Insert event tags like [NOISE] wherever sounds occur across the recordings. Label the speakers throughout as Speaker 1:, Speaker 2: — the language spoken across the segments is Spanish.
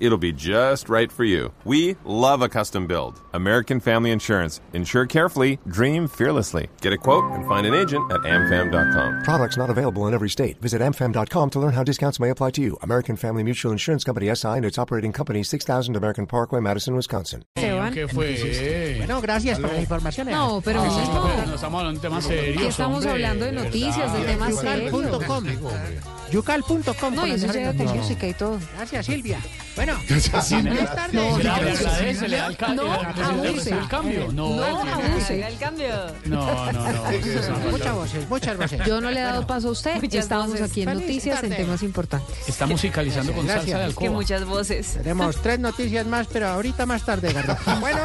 Speaker 1: It'll be just right for you. We love a custom build.
Speaker 2: American Family Insurance. Insure carefully, dream fearlessly.
Speaker 1: Get a quote and find an agent at amfam.com.
Speaker 3: Products not available in every state. Visit amfam.com to learn how discounts may apply to you. American Family Mutual Insurance Company SI and its operating company 6000 American Parkway, Madison, Wisconsin.
Speaker 4: Se van.
Speaker 5: ¿Qué fue?
Speaker 6: Bueno, gracias por la información.
Speaker 4: No, pero eso es
Speaker 5: No, no
Speaker 4: no.
Speaker 5: estamos hablando de temas serios.
Speaker 4: Aquí estamos
Speaker 5: hombre.
Speaker 4: hablando de noticias, de temas serios.
Speaker 6: Yucal.com. Yucal.com.
Speaker 4: No, y eso llega con música y todo.
Speaker 6: Gracias, Silvia. [LAUGHS] Bueno, buenas
Speaker 5: Gracias.
Speaker 6: tardes.
Speaker 5: Se le agradece, le da el ca-
Speaker 4: No,
Speaker 5: le
Speaker 4: abuse.
Speaker 5: da el cambio. No,
Speaker 4: No abuse.
Speaker 5: no, no, no. Eso es una
Speaker 6: Muchas
Speaker 5: falta-
Speaker 6: voces, muchas [LAUGHS] voces.
Speaker 4: Yo no le he dado paso a usted. Estábamos aquí en
Speaker 6: Feliz
Speaker 4: noticias, en
Speaker 6: tarde.
Speaker 4: temas importantes.
Speaker 5: Está musicalizando con
Speaker 6: Gracias.
Speaker 5: salsa de
Speaker 6: Es
Speaker 7: que
Speaker 5: alcoba.
Speaker 7: muchas voces. [LAUGHS]
Speaker 6: Tenemos tres noticias más, pero ahorita más tarde, Garrafa. Bueno,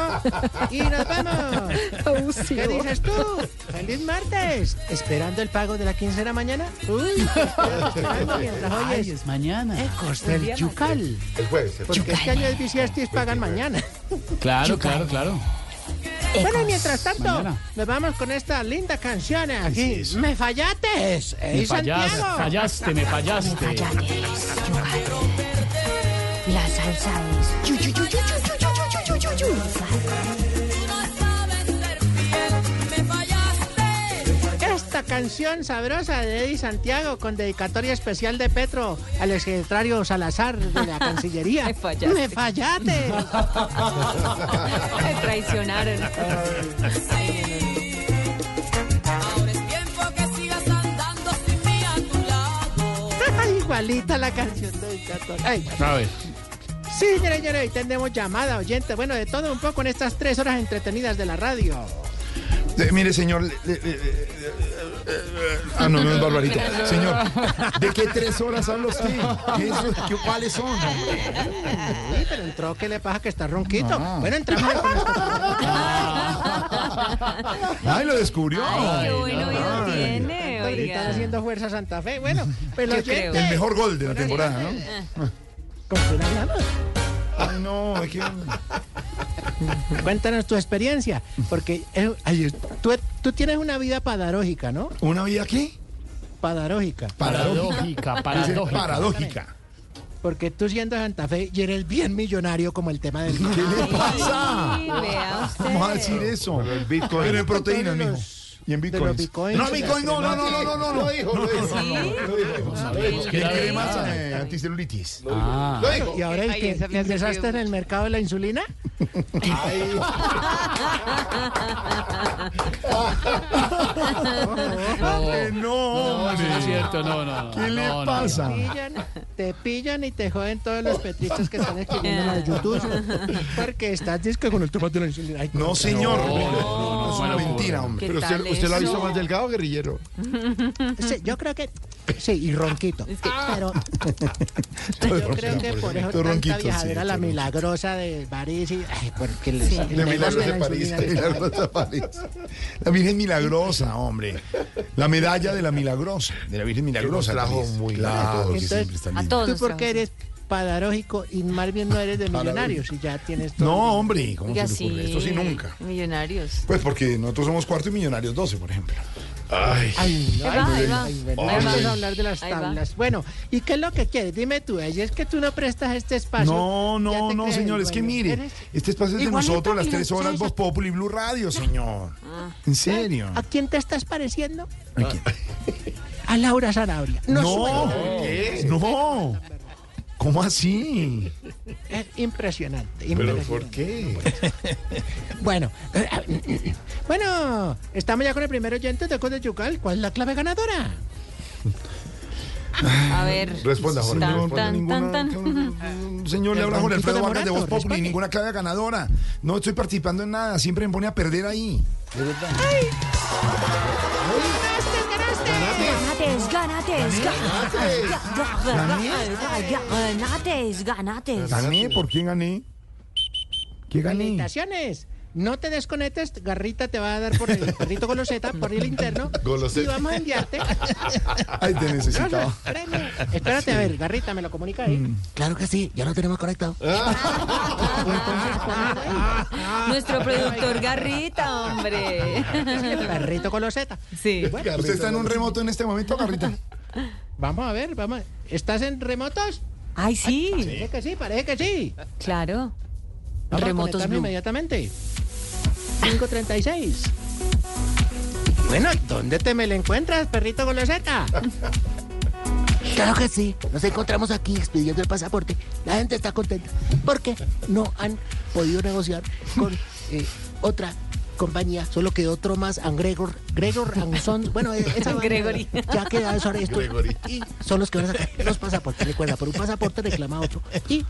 Speaker 6: y nos vamos. Ah,
Speaker 4: [LAUGHS]
Speaker 6: ¿Qué
Speaker 4: Abusivo.
Speaker 6: dices tú? ¡Feliz martes! ¿Esperando el pago de la quincena mañana? ¡Uy! [LAUGHS] Esperando mientras hoy
Speaker 5: Ay,
Speaker 6: es
Speaker 5: es mañana.
Speaker 6: Ecos del Yucal.
Speaker 8: El jueves, el
Speaker 6: Porque este es que años bisiestis pagan mañana.
Speaker 5: Claro, claro, claro.
Speaker 6: Bueno, y mientras tanto,
Speaker 5: Mañana.
Speaker 6: nos vamos con esta linda canción aquí. ¡Me fallates!
Speaker 5: Me fallaste,
Speaker 6: ¡Ey, Santiago!
Speaker 5: fallaste, me fallaste.
Speaker 4: La salsa es. yu, yu, yu, yu, yu, yu, yu, yu, yu, yu, yu.
Speaker 6: Esta canción sabrosa de Eddie Santiago con dedicatoria especial de Petro al secretario Salazar de la Cancillería.
Speaker 7: Me fallaste.
Speaker 6: ¡Me fallaste!
Speaker 7: Me traicionaron.
Speaker 6: Ay, Igualita la canción dedicatoria. Ay,
Speaker 5: A ver,
Speaker 6: sí, señores, señores, hoy tendremos llamada, oyente, bueno, de todo un poco en estas tres horas entretenidas de la radio.
Speaker 8: Eh, mire, señor. le- le- le- le- eh, eh, ah, no, no es barbarita. Señor, ¿de qué tres horas habla usted? ¿Qué es- qué- ¿Cuáles son?
Speaker 6: Sí, pero entró, ¿qué le pasa que está ronquito? Bueno, entramos con
Speaker 8: Ay, lo descubrió.
Speaker 7: Ay, qué buen oído tiene,
Speaker 6: Está
Speaker 7: oiga.
Speaker 6: haciendo fuerza Santa Fe. Bueno, pero
Speaker 7: Yo
Speaker 6: el oyente-
Speaker 7: creo.
Speaker 8: El mejor gol de la temporada, ¿no?
Speaker 6: ¿Con quién hablamos?
Speaker 8: Ay, no, es que.
Speaker 6: Cuéntanos tu experiencia, porque eh, ay, tú, tú tienes una vida paradójica, ¿no?
Speaker 8: ¿Una vida aquí?
Speaker 6: Paradójica.
Speaker 5: paradójica, paradójica.
Speaker 8: Paradójica.
Speaker 6: Porque tú siendo de Santa Fe y eres bien millonario como el tema del...
Speaker 8: ¿Qué le pasa?
Speaker 7: Sí, vea usted.
Speaker 8: ¿Cómo vas a decir eso? Pero en Bitcoin. en proteínas, mijo. Y en
Speaker 6: de los
Speaker 8: Bitcoin.
Speaker 6: bitcoins.
Speaker 8: No, Bitcoin, no, no, no, no, no, no. Lo dijo, lo dijo.
Speaker 5: Queda bien.
Speaker 8: cremas eh, anticelulitis.
Speaker 5: Ah,
Speaker 6: Y ahora el
Speaker 7: Ay,
Speaker 6: que
Speaker 7: esa me hace
Speaker 6: ingresaste en
Speaker 7: reír
Speaker 6: el mercado de la insulina,
Speaker 8: Eh, no,
Speaker 5: no, eso no es
Speaker 8: hombre.
Speaker 5: cierto, no, no. no,
Speaker 8: ¿Qué le
Speaker 5: no, no.
Speaker 8: pasa?
Speaker 6: pillan, te pillan y te joden todos los petrichos que están escribiendo
Speaker 7: [LAUGHS]
Speaker 6: en YouTube. Porque estás disco con el tema de la insulina. Ay,
Speaker 8: No, señor.
Speaker 5: No, no, no, no,
Speaker 8: Es una
Speaker 5: no,
Speaker 8: mentira,
Speaker 5: no.
Speaker 8: hombre.
Speaker 7: ¿Qué tal eso?
Speaker 8: delgado, guerrillero.
Speaker 6: eh, Sí, yo creo que... Sí, y ronquito. Pero yo creo que por eso
Speaker 8: Todo
Speaker 6: tanta
Speaker 8: ronquito, sí,
Speaker 6: viajadera la
Speaker 8: todo
Speaker 6: milagrosa de París y... Ay, porque les, el
Speaker 8: La
Speaker 6: negocio
Speaker 8: milagrosa de
Speaker 6: la
Speaker 8: París,
Speaker 6: insulina
Speaker 8: la
Speaker 6: les-
Speaker 8: milagrosa de París. La Virgen milagrosa, hombre. La medalla de la milagrosa, de la Virgen milagrosa. Trajo muy claro, que
Speaker 6: Entonces,
Speaker 8: siempre está
Speaker 7: A
Speaker 8: linda.
Speaker 7: todos.
Speaker 6: Tú
Speaker 7: nos
Speaker 6: porque
Speaker 7: trabajamos.
Speaker 6: eres padarógico y más bien no eres de millonarios y ya tienes todo.
Speaker 8: No, hombre, ¿cómo
Speaker 7: Oiga,
Speaker 8: se te ocurre?
Speaker 7: sí.
Speaker 8: Esto sí nunca.
Speaker 7: Millonarios.
Speaker 8: Pues porque nosotros somos cuarto y millonarios 12, por ejemplo.
Speaker 6: Ay, no,
Speaker 7: Ahí va, ahí va.
Speaker 6: ay, bueno,
Speaker 7: Ahí
Speaker 6: vamos
Speaker 7: va.
Speaker 6: a hablar de las
Speaker 7: Ahí va.
Speaker 6: tablas. Bueno, ¿y qué es lo que quieres? Dime tú, ella es que tú no prestas este espacio.
Speaker 8: No,
Speaker 6: Ya
Speaker 8: no,
Speaker 6: te
Speaker 8: no,
Speaker 6: crees
Speaker 8: señor,
Speaker 6: el
Speaker 8: es que
Speaker 6: dueño.
Speaker 8: mire,
Speaker 6: Eres-
Speaker 8: este espacio es de
Speaker 6: Igualito
Speaker 8: nosotros, las
Speaker 6: que Ah.
Speaker 8: tres
Speaker 6: los
Speaker 8: horas,
Speaker 6: César.
Speaker 8: Voz Populi, Blue Radio, señor.
Speaker 6: Ah.
Speaker 8: En serio.
Speaker 6: ¿A quién te estás pareciendo?
Speaker 8: ¿A quién?
Speaker 6: A Laura Zanabria. No,
Speaker 8: No,
Speaker 6: suena.
Speaker 8: no. ¿Cómo así?
Speaker 6: Es impresionante. impresionante.
Speaker 8: qué?
Speaker 6: Bueno, eh, bueno, estamos ya con el primer oyente de Code Yucal. ¿Cuál es la clave ganadora?
Speaker 7: A ver.
Speaker 8: Responda, Jorge.
Speaker 7: Tan,
Speaker 8: Señor,
Speaker 7: tan,
Speaker 8: pues, ninguna-
Speaker 7: tan, tan.
Speaker 8: Señor, le
Speaker 6: El
Speaker 8: habla Jorge
Speaker 6: Ronquito
Speaker 8: Alfredo
Speaker 6: de
Speaker 8: Vargas de
Speaker 6: Morato,
Speaker 8: Voz Populi.
Speaker 6: responde.
Speaker 8: Ninguna clave ganadora. No estoy participando en nada. Siempre me pone a perder ahí.
Speaker 6: ¡Ganaste, ganaste!
Speaker 9: Ganates, ganates, ganates,
Speaker 8: ¿Gané?
Speaker 9: ganates.
Speaker 8: Pues ¿Gané? ¿Por quién gané? ¿Qué gané?
Speaker 6: Felicitaciones. No te desconectes, Garrita te va a dar por el perrito goloseta, por el interno.
Speaker 8: Goloseta.
Speaker 6: Y vamos a enviarte.
Speaker 8: [LAUGHS] Ay, te necesitaba.
Speaker 6: Espérame, Espérate, a ver, Garrita, me lo comunica ahí.
Speaker 9: Claro que sí, ya lo tenemos conectado.
Speaker 7: Nuestro productor Garrita, hombre.
Speaker 4: [LAUGHS]
Speaker 6: Perrito coloseta.
Speaker 7: Sí.
Speaker 8: ¿Usted está en un remoto en este momento, Carrita?
Speaker 6: Vamos a ver, vamos. a- ¿Estás en remotos?
Speaker 7: Ay, sí,
Speaker 6: Parece que sí, parece que sí.
Speaker 7: claro.
Speaker 6: Vamos a
Speaker 7: Remotos
Speaker 6: conectarnos
Speaker 7: Blue.
Speaker 6: inmediatamente. 536. Bueno, ¿dónde te me lo encuentras, perrito goloseta?
Speaker 9: Claro que sí, nos encontramos aquí expidiendo el pasaporte. La gente está contenta porque no han podido negociar con eh, otra compañía, solo que otro más, An Gregor, Gregor and Sons. Bueno, eh, esa banda
Speaker 7: Gregory.
Speaker 9: ya queda eso esto. Y son los que van a sacar los pasaportes. Recuerda, por un pasaporte reclama otro. Y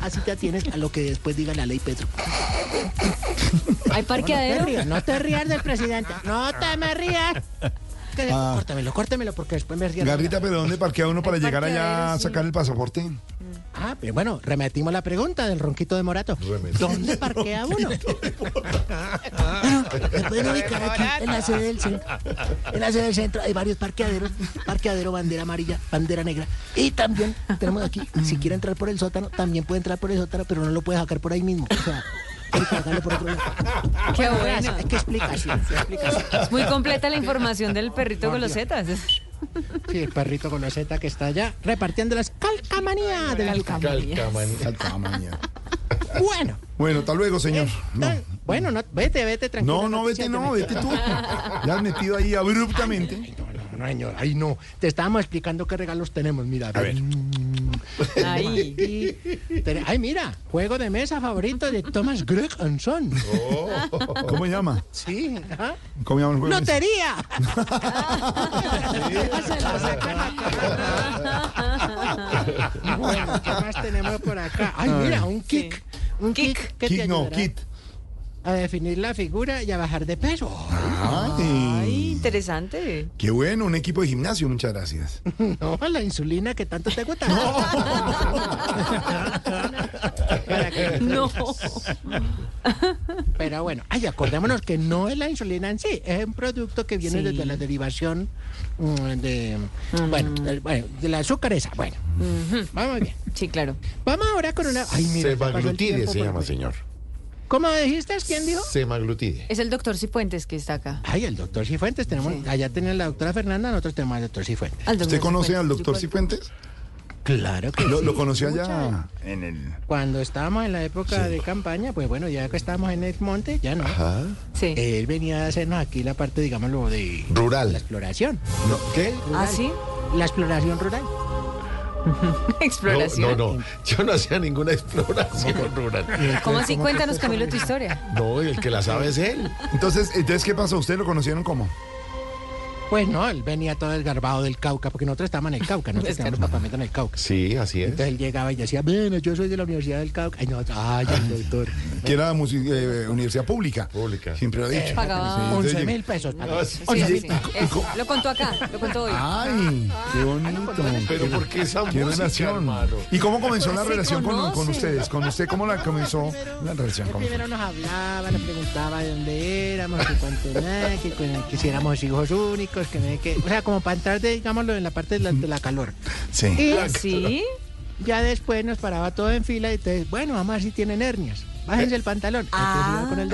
Speaker 9: así te atienes a lo que después diga la ley Petro.
Speaker 6: No te
Speaker 7: ¿Hay parqueadero?
Speaker 6: rías, no te rías del presidente. No te me rías. Que- Córtamelo, córtamelo porque después me río.
Speaker 8: Garrita, ¿pero dónde parquea uno para
Speaker 7: Hay
Speaker 8: llegar allá a
Speaker 7: parqueaderos, sí.
Speaker 8: sacar el pasaporte?
Speaker 6: Ah, pero bueno, remetimos la pregunta del ronquito de Morato. ¿Dónde parquea uno?
Speaker 9: Bueno, me pueden ubicar aquí en la sede del centro. En la sede del centro hay varios parqueaderos. Parqueadero, bandera amarilla, bandera negra. Y también tenemos aquí, si quiere entrar por el sótano, también puede entrar por el sótano, pero no lo puede sacar por ahí mismo. O sea, hay que sacarlo por otro lado.
Speaker 7: Qué
Speaker 9: Gracias,
Speaker 7: bueno.
Speaker 9: Hay que explicación.
Speaker 7: Es muy completa la información del perrito golosetas.
Speaker 6: Sí, el perrito con la Z que está allá repartiendo las calcamanías de la
Speaker 8: Calcamanía.
Speaker 6: Bueno,
Speaker 8: Bueno, hasta luego, señor.
Speaker 7: Eh,
Speaker 8: No.
Speaker 6: tal- bueno, no, vete, vete tranquilo.
Speaker 8: No, no, vete, no, vete tú. Ya has metido ahí abruptamente.
Speaker 6: No, no, señor, ay no. Te estábamos explicando qué regalos tenemos, mira. A ver.
Speaker 7: Ahí.
Speaker 6: Y te- ay, mira, juego de mesa favorito de Thomas Greg and Son.
Speaker 8: ¿Cómo se llama?
Speaker 6: Sí, ajá.
Speaker 8: ¿Cómo se llama el juego?
Speaker 6: ¡Lotería!
Speaker 7: Se la sacan
Speaker 6: Bueno, ¿qué más tenemos por acá? Ay, mira, un kick. Un kick, que te
Speaker 8: Kit, no,
Speaker 6: ayudará
Speaker 8: Kit.
Speaker 6: a definir la figura y a bajar de peso. [LAUGHS]
Speaker 7: Ay,
Speaker 8: Ay,
Speaker 7: interesante.
Speaker 8: qué bueno, un equipo de gimnasio, muchas gracias.
Speaker 6: No, la insulina que tanto te gusta. Para que-
Speaker 7: No.
Speaker 6: [LAUGHS] Pero bueno, ay, acordémonos que no es la insulina en sí, es un producto que viene
Speaker 7: Sí.
Speaker 6: desde la derivación mm, de, bueno, del- bueno, de la azúcar esa. Bueno, vamos bien.
Speaker 7: Sí, claro.
Speaker 6: Vamos ahora con una... Ay, mira, ya pasó el
Speaker 10: Semaglutide
Speaker 6: tiempo,
Speaker 10: se
Speaker 6: por
Speaker 10: llama,
Speaker 6: favor.
Speaker 10: señor.
Speaker 6: ¿Cómo dijiste? ¿Quién dijo?
Speaker 10: Semaglutide.
Speaker 7: Es el doctor Cifuentes que está acá.
Speaker 6: Ay, el doctor Cifuentes. Tenemos,
Speaker 7: Sí.
Speaker 6: Allá tienen la doctora Fernanda, nosotros tenemos al doctor Cifuentes.
Speaker 7: Al
Speaker 8: ¿Usted
Speaker 7: doctor
Speaker 8: conoce
Speaker 7: Cifuentes.
Speaker 8: al doctor
Speaker 7: Yo-
Speaker 8: Cifuentes?
Speaker 6: Claro que
Speaker 8: Lo,
Speaker 6: sí.
Speaker 8: lo conoció allá en el...
Speaker 6: Cuando estábamos en la época de campaña, pues bueno, ya que estábamos en el monte, ya no.
Speaker 8: Eh,
Speaker 7: Sí.
Speaker 6: Él venía a hacernos aquí la parte, digámoslo, de la
Speaker 10: Rural.
Speaker 6: exploración.
Speaker 10: No, ¿Qué?
Speaker 7: ¿Ah, sí?
Speaker 6: La exploración rural.
Speaker 10: No,
Speaker 7: Exploración.
Speaker 10: no, no. Yo no hacía ninguna exploración rural.
Speaker 7: ¿Cómo así? Cuéntanos, Camilo, tu historia.
Speaker 10: No, el que la sabe es él.
Speaker 8: Entonces, entonces, ¿qué pasó? ¿Usted lo conocieron cómo?
Speaker 6: Pues no, él venía todo desgarbado del Cauca, porque nosotros estábamos en el Cauca, nosotros teníamos campamento en el Cauca.
Speaker 10: Sí, así es.
Speaker 6: Entonces él llegaba y decía, bueno, yo soy de la Universidad del Cauca. Ay, no, ay, el doctor.
Speaker 8: Que era musi- eh, universidad pública.
Speaker 10: Pública.
Speaker 8: Siempre lo he dicho.
Speaker 7: Pagaba.
Speaker 8: Sí,
Speaker 6: 11
Speaker 8: entonces Ah,
Speaker 6: mil pesos. pagó.
Speaker 10: No, sí.
Speaker 7: Sí, sí, sí. Es- lo contó acá, lo contó hoy.
Speaker 8: Ay, qué bonito.
Speaker 10: Pero ¿por qué esa
Speaker 8: Qué
Speaker 10: música,
Speaker 8: relación.
Speaker 10: hermano?
Speaker 8: ¿Y cómo comenzó la
Speaker 7: Se
Speaker 8: relación con, con
Speaker 7: conocen.
Speaker 8: ustedes? ¿Con usted cómo la comenzó la relación?
Speaker 6: Él
Speaker 8: ¿Cómo fue?
Speaker 6: primero nos hablaba, nos preguntaba de dónde éramos, que cuánto nada, que, cu- que si éramos hijos únicos, que, me- que- o sea, como para entrar, de, digámoslo, en la parte de la, de la calor.
Speaker 8: Sí.
Speaker 6: Y
Speaker 7: ¿Sí?
Speaker 6: ya después nos paraba todo en fila y entonces, bueno, vamos a ver si tienen hernias. Bájense el pantalón. Entonces,
Speaker 7: Ah.
Speaker 6: iba con el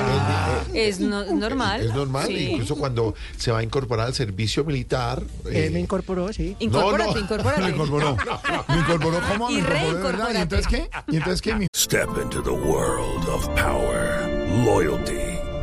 Speaker 6: dedo.
Speaker 7: Es no- normal.
Speaker 10: Es Eh, normal,
Speaker 7: Sí.
Speaker 10: incluso cuando se va a incorporar al servicio militar. eh, [LAUGHS]
Speaker 6: Él me incorporó, sí.
Speaker 7: Incorpórate,
Speaker 10: No, no.
Speaker 7: incorpórate.
Speaker 8: Me [LAUGHS] incorporó. Me incorporó como
Speaker 7: Y
Speaker 8: me incorporó de verdad. ¿Y
Speaker 7: reincorpórate.
Speaker 8: entonces qué? ¿Y entonces qué? mi-
Speaker 11: Step into the world of power, loyalty,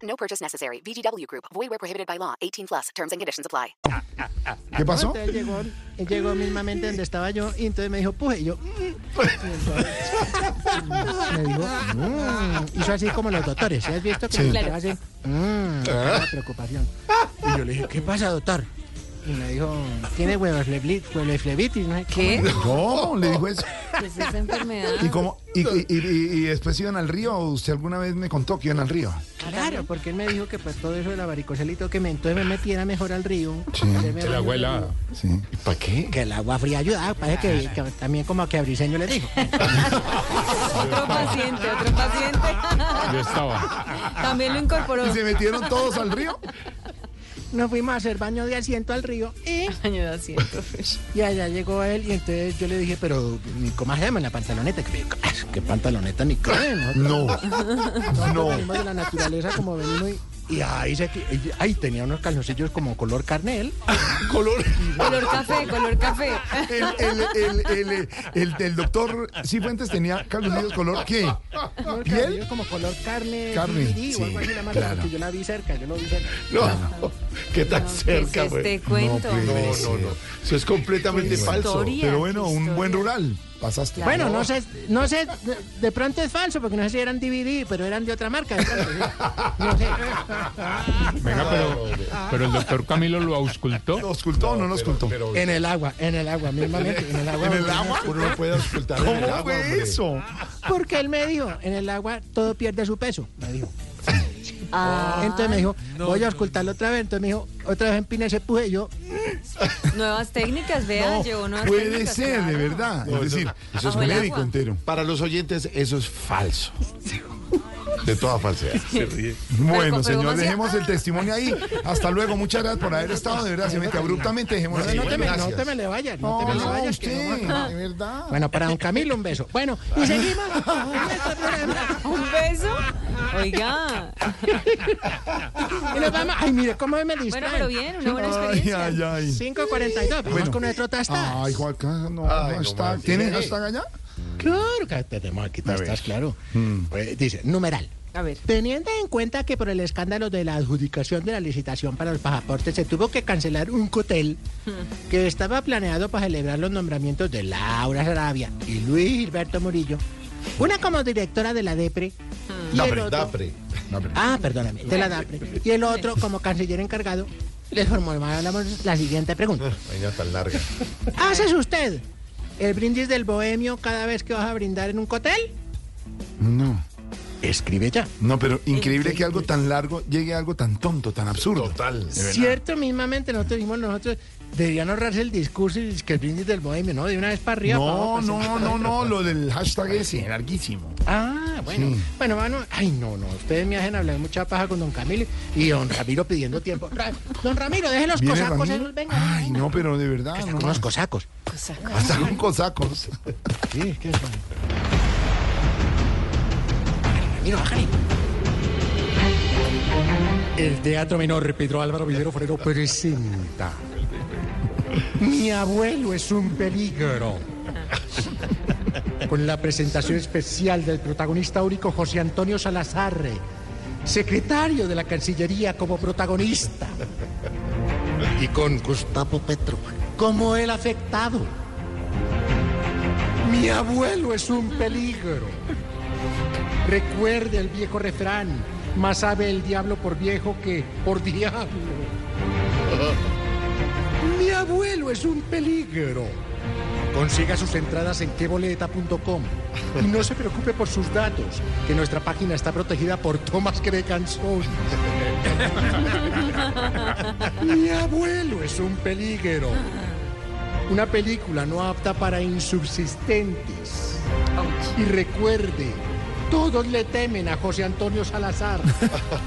Speaker 12: No purchase necessary. VGW Group. Void where prohibited by law. 18 plus. Terms and conditions apply.
Speaker 8: ¿Qué pasó?
Speaker 6: Entonces llegó, él llegó mismamente donde estaba yo y entonces me dijo, puje. Y yo, mm. me dijo, mm. hizo así como los doctores. ¿sí ¿Has visto
Speaker 9: Sí.
Speaker 6: cómo
Speaker 9: Claro.
Speaker 6: hacen? Mm,
Speaker 9: Ah.
Speaker 6: la preocupación. Y yo le dije, ¿qué pasa, doctor? Y me dijo, tiene hueveflebitis, hueveflebitis, ¿no? sé
Speaker 7: ¿Qué?
Speaker 8: ¿Cómo? Le dijo eso.
Speaker 7: ¿Qué es esa enfermedad?
Speaker 8: ¿Y, cómo, y, y, y- y después iban al río? ¿Usted alguna vez me contó que iban al río?
Speaker 6: Claro, porque él me dijo que pues todo eso de la varicocela y todo, que me, entonces me metiera mejor al río.
Speaker 10: Que la abuela.
Speaker 8: Sí.
Speaker 10: ¿Y para qué?
Speaker 6: Que el agua fría ayuda, parece que, que también como que a Briseño le dijo.
Speaker 7: Otro paciente, otro paciente. [LAUGHS]
Speaker 13: Yo estaba.
Speaker 7: También lo incorporó.
Speaker 8: ¿Y se metieron todos al río?
Speaker 6: Nos fuimos a hacer baño de asiento al río y...
Speaker 7: Baño de asiento.
Speaker 6: Y allá llegó él y entonces yo le dije, pero ni comas en la pantaloneta. Que, "Ah, qué pantaloneta ni comas.
Speaker 8: No.
Speaker 6: No. Venimos de la naturaleza como venimos y, y ahí, se, y ahí tenía unos calzoncillos como color carnel.
Speaker 8: color.
Speaker 7: Color café, color café.
Speaker 8: El, el, el, el, el, del doctor Cifuentes tenía calzoncillos color qué?
Speaker 6: Color
Speaker 8: ¿Piel?
Speaker 6: carnel, Como color carne.
Speaker 8: Carne,
Speaker 6: DVD o algo
Speaker 8: sí,
Speaker 6: así, la marca,
Speaker 8: claro.
Speaker 6: porque yo la vi cerca, yo lo vi cerca.
Speaker 10: No, qué tan cerca,
Speaker 7: es
Speaker 10: güey.
Speaker 7: este cuento?
Speaker 10: No, no, no. Eso es completamente
Speaker 8: Qué
Speaker 10: falso.
Speaker 7: historia.
Speaker 8: Pero bueno, un buen rural. Pasaste.
Speaker 6: Bueno, no sé, no sé, de- de pronto es falso, porque no sé si eran DVD, pero eran de otra marca. de pronto, sí. No
Speaker 8: [LAUGHS]
Speaker 6: sé.
Speaker 13: Venga, pero, pero el doctor Camilo lo auscultó.
Speaker 8: ¿Lo auscultó o no lo auscultó?
Speaker 6: En el agua, en el agua, mismamente, en el agua.
Speaker 8: ¿En el agua?
Speaker 10: Uno no puede auscultar en el
Speaker 8: ¿Cómo
Speaker 10: agua,
Speaker 8: fue
Speaker 10: hombre.
Speaker 8: eso?
Speaker 6: Porque él me dijo, en el agua todo pierde su peso, me dijo.
Speaker 7: Ah.
Speaker 6: entonces me dijo, voy a auscultarlo otra vez. Entonces me dijo, otra vez empina ese puje. Y yo,
Speaker 7: Nuevas técnicas, vea, llevó nuevas
Speaker 8: Puede
Speaker 7: técnicas.
Speaker 8: ser, de verdad.
Speaker 10: No,
Speaker 8: es
Speaker 10: eso-
Speaker 8: decir,
Speaker 10: eso es
Speaker 7: Bajo el
Speaker 10: médico
Speaker 7: agua.
Speaker 10: entero. Para los oyentes, eso es falso. De toda
Speaker 6: [LAUGHS]
Speaker 10: falsedad. Se ríe. pero
Speaker 8: bueno, señor,
Speaker 10: Gomacia-
Speaker 8: dejemos el testimonio ahí. Hasta luego, muchas gracias por haber estado. De verdad, se mete abruptamente. Dejemos
Speaker 6: no,
Speaker 8: ahí.
Speaker 6: no te me, no
Speaker 8: Gracias.
Speaker 6: te me le vayas, no, te me le
Speaker 8: No,
Speaker 6: vayas. que
Speaker 8: usted, Ah.
Speaker 6: no va a-
Speaker 8: de verdad.
Speaker 6: Bueno, para don Camilo un beso. Bueno, y seguimos. con nuestro programa.
Speaker 7: ¿Un beso? Oiga.
Speaker 6: Y nos vamos. Ay, mire, cómo me distraen.
Speaker 7: Bueno, pero bien, una buena
Speaker 8: Ay,
Speaker 7: experiencia.
Speaker 8: ay, ay.
Speaker 6: 5.42, vamos
Speaker 8: Bueno.
Speaker 6: con nuestro tastas.
Speaker 8: Ay, Juan, no,
Speaker 6: Ay,
Speaker 8: hashtag.
Speaker 6: Gomacia.
Speaker 8: ¿Tienes hashtag allá?
Speaker 6: Claro que tenemos aquí tastas, claro.
Speaker 8: Hmm.
Speaker 6: Pues, dice, numeral.
Speaker 7: A ver.
Speaker 6: Teniendo en cuenta que por el escándalo de la adjudicación de la licitación para los pasaportes se tuvo que cancelar un hotel que estaba planeado para celebrar los nombramientos de Laura Sarabia y Luis Gilberto Murillo, una como directora de la DEPRE y el
Speaker 10: Dapre,
Speaker 6: otro,
Speaker 10: Dapre.
Speaker 6: ah, perdóname, de la DAPRE, y el otro como canciller encargado, le formulamos la siguiente [LAUGHS] pregunta.
Speaker 10: Vaina tan larga.
Speaker 6: ¿Haces usted el brindis del bohemio cada vez que vas a brindar en un hotel?
Speaker 8: No.
Speaker 6: Escribe ya.
Speaker 8: No, pero increíble que algo tan largo llegue a algo tan tonto, tan absurdo.
Speaker 10: Total.
Speaker 6: Cierto, mismamente nosotros dijimos nosotros, deberían ahorrarse el discurso y es que el brindis del bohemio, ¿no? De una vez para arriba.
Speaker 8: No,
Speaker 6: pa' abajo,
Speaker 8: no,
Speaker 6: pues,
Speaker 8: no, no, lo del hashtag ese, larguísimo.
Speaker 6: Ah, bueno.
Speaker 8: Sí.
Speaker 6: Bueno, mano, ay, no, no, ustedes me hacen hablar mucha paja con don Camilo y don Ramiro pidiendo tiempo. Ra- don Ramiro, deje los
Speaker 8: ¿Viene
Speaker 6: cosacos,
Speaker 8: Ramiro?
Speaker 6: esos, venga.
Speaker 8: Ay, no, pero de verdad. No,
Speaker 6: Unos cosacos.
Speaker 8: hasta con cosacos.
Speaker 6: Sí, ¿qué es, mano? Ramiro, bájale. El Teatro Menor Pedro Álvaro Villero Forero presenta. Mi abuelo es un peligro. Con la presentación especial del protagonista único José Antonio Salazar, secretario de la Cancillería como protagonista. Y con Gustavo Petro como el afectado. Mi abuelo es un peligro. Recuerde el viejo refrán, más sabe el diablo por viejo que por diablo. Mi abuelo es un peligro. Consiga sus entradas en queboleta.com y no se preocupe por sus datos, que nuestra página está protegida por Thomas Crecanzón. Mi abuelo es un peligro. Una película no apta para insubsistentes. Y recuerde, todos le temen a José Antonio Salazar,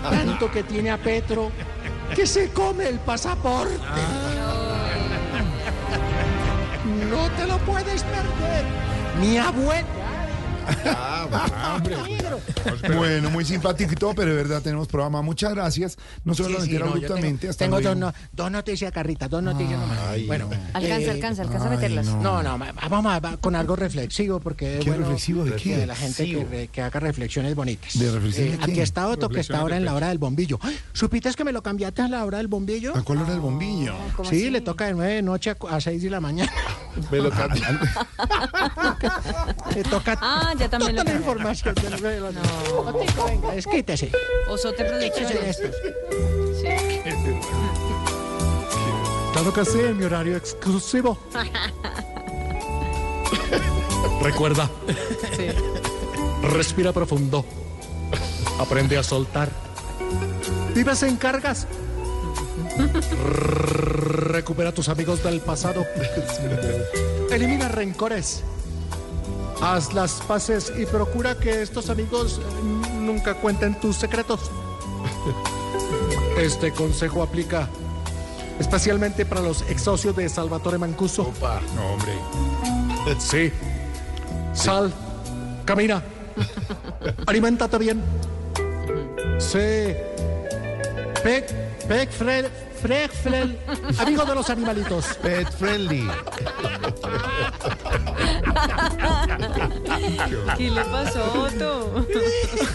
Speaker 6: tanto que tiene a Petro que se come el pasaporte. No te lo puedes perder. Mi abuelo.
Speaker 8: Bueno, muy simpático y todo, pero de verdad tenemos programa. Muchas gracias. No
Speaker 6: Sí,
Speaker 8: solamente
Speaker 6: sí, no, yo
Speaker 8: abruptamente.
Speaker 6: tengo,
Speaker 8: hasta
Speaker 6: tengo dos,
Speaker 8: luego.
Speaker 6: no- dos noticias, Carrita, dos noticias nomás. bueno, eh,
Speaker 7: Alcanza, alcanza, alcanza a meterlas.
Speaker 6: No, no, ma- vamos a, va- con algo reflexivo porque es
Speaker 8: ¿Qué
Speaker 6: bueno
Speaker 8: reflexivo de qué?
Speaker 6: que la gente que, re- que haga reflexiones bonitas. Eh,
Speaker 8: ¿De reflexión de
Speaker 6: aquí
Speaker 8: qué?
Speaker 6: está Otto, que está
Speaker 8: Reflexión de
Speaker 6: ahora en la hora del bombillo. ¡Ay! ¿Supiste que me lo cambiaste a la hora del bombillo?
Speaker 8: ¿A cuál hora del bombillo?
Speaker 6: Sí, le toca de nueve de noche a cu- a 6 de la
Speaker 8: [LAUGHS]
Speaker 6: mañana.
Speaker 14: Me lo cambió.
Speaker 6: [LAUGHS] Le toca
Speaker 7: Ah, ya también lo
Speaker 6: toda la
Speaker 7: cambiaron.
Speaker 6: información de nueve de la noche. Otico, venga, desquítese.
Speaker 7: Osote Producciones.
Speaker 6: Quítese Claro que sí, en mi horario exclusivo.
Speaker 5: Recuerda,
Speaker 7: Sí.
Speaker 5: respira profundo. Aprende a soltar.
Speaker 6: Vives en cargas.
Speaker 5: [LAUGHS] Recupera a tus amigos del
Speaker 8: [LAUGHS]
Speaker 5: pasado.
Speaker 6: Elimina rencores. Haz las paces y procura que estos amigos eh, nunca cuenten tus secretos.
Speaker 5: Este consejo aplica especialmente para los ex socios de Salvatore Mancuso.
Speaker 8: No, hombre.
Speaker 5: [LAUGHS] Sí. Sal,
Speaker 8: [LAUGHS]
Speaker 5: camina, alimentate bien.
Speaker 6: Sí. Peg, Peg Fred, Fred, Fred, amigo de los animalitos.
Speaker 14: Pet friendly.
Speaker 7: ¿Qué le pasó, Otto?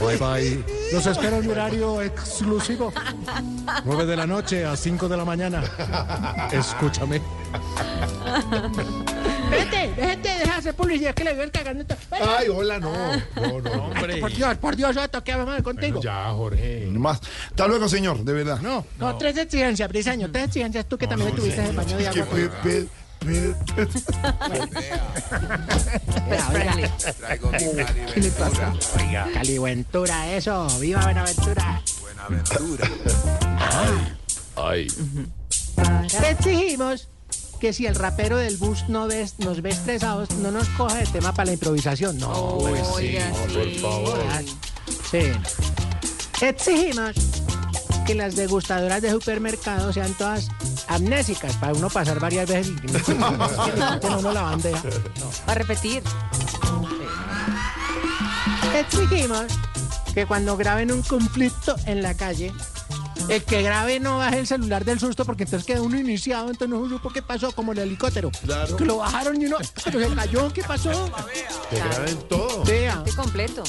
Speaker 5: Bye bye.
Speaker 6: Los espero en mi horario exclusivo.
Speaker 5: 9 de la noche a 5 de la mañana. Escúchame.
Speaker 6: Vete, vete, deja hacer publicidad que le ven cagando.
Speaker 14: Ay, hola, no. No, no, hombre.
Speaker 6: Por Dios, por Dios, yo toqué a mamá contigo.
Speaker 14: Ya, Jorge.
Speaker 8: No más. Hasta luego, señor, de verdad. No.
Speaker 6: No, tres exigencias, Briseño, tres exigencias tú que también estuviste en el baño de
Speaker 8: Que
Speaker 6: agua.
Speaker 8: fue Pet, Pet.
Speaker 6: Vea, oiga, ¿Qué le pasa? Caliventura, eso. ¡Viva Buenaventura!
Speaker 14: Ay.
Speaker 6: Te exigimos que si el rapero del bus no ves, nos ve estresados, no nos coja de tema para la improvisación. No,
Speaker 7: Oiga, sí.
Speaker 6: sí. Exigimos que las degustadoras de supermercado sean todas amnésicas para uno pasar varias veces y [LAUGHS] que no uno la bandeja.
Speaker 7: A repetir.
Speaker 6: Exigimos que cuando graben un conflicto en la calle, el que grabe no baje el celular del susto porque entonces queda uno iniciado, entonces no supo qué pasó, como el helicóptero.
Speaker 14: Claro.
Speaker 6: Que lo bajaron y uno, pero se cayó, ¿qué pasó?
Speaker 14: Que graben todo.
Speaker 6: Vea,
Speaker 7: De completo.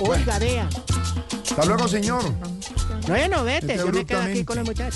Speaker 6: oiga, vea.
Speaker 8: Hasta luego, señor.
Speaker 6: No, ya no vete, yo me quedo aquí
Speaker 8: Abruptamente.
Speaker 6: con los muchachos.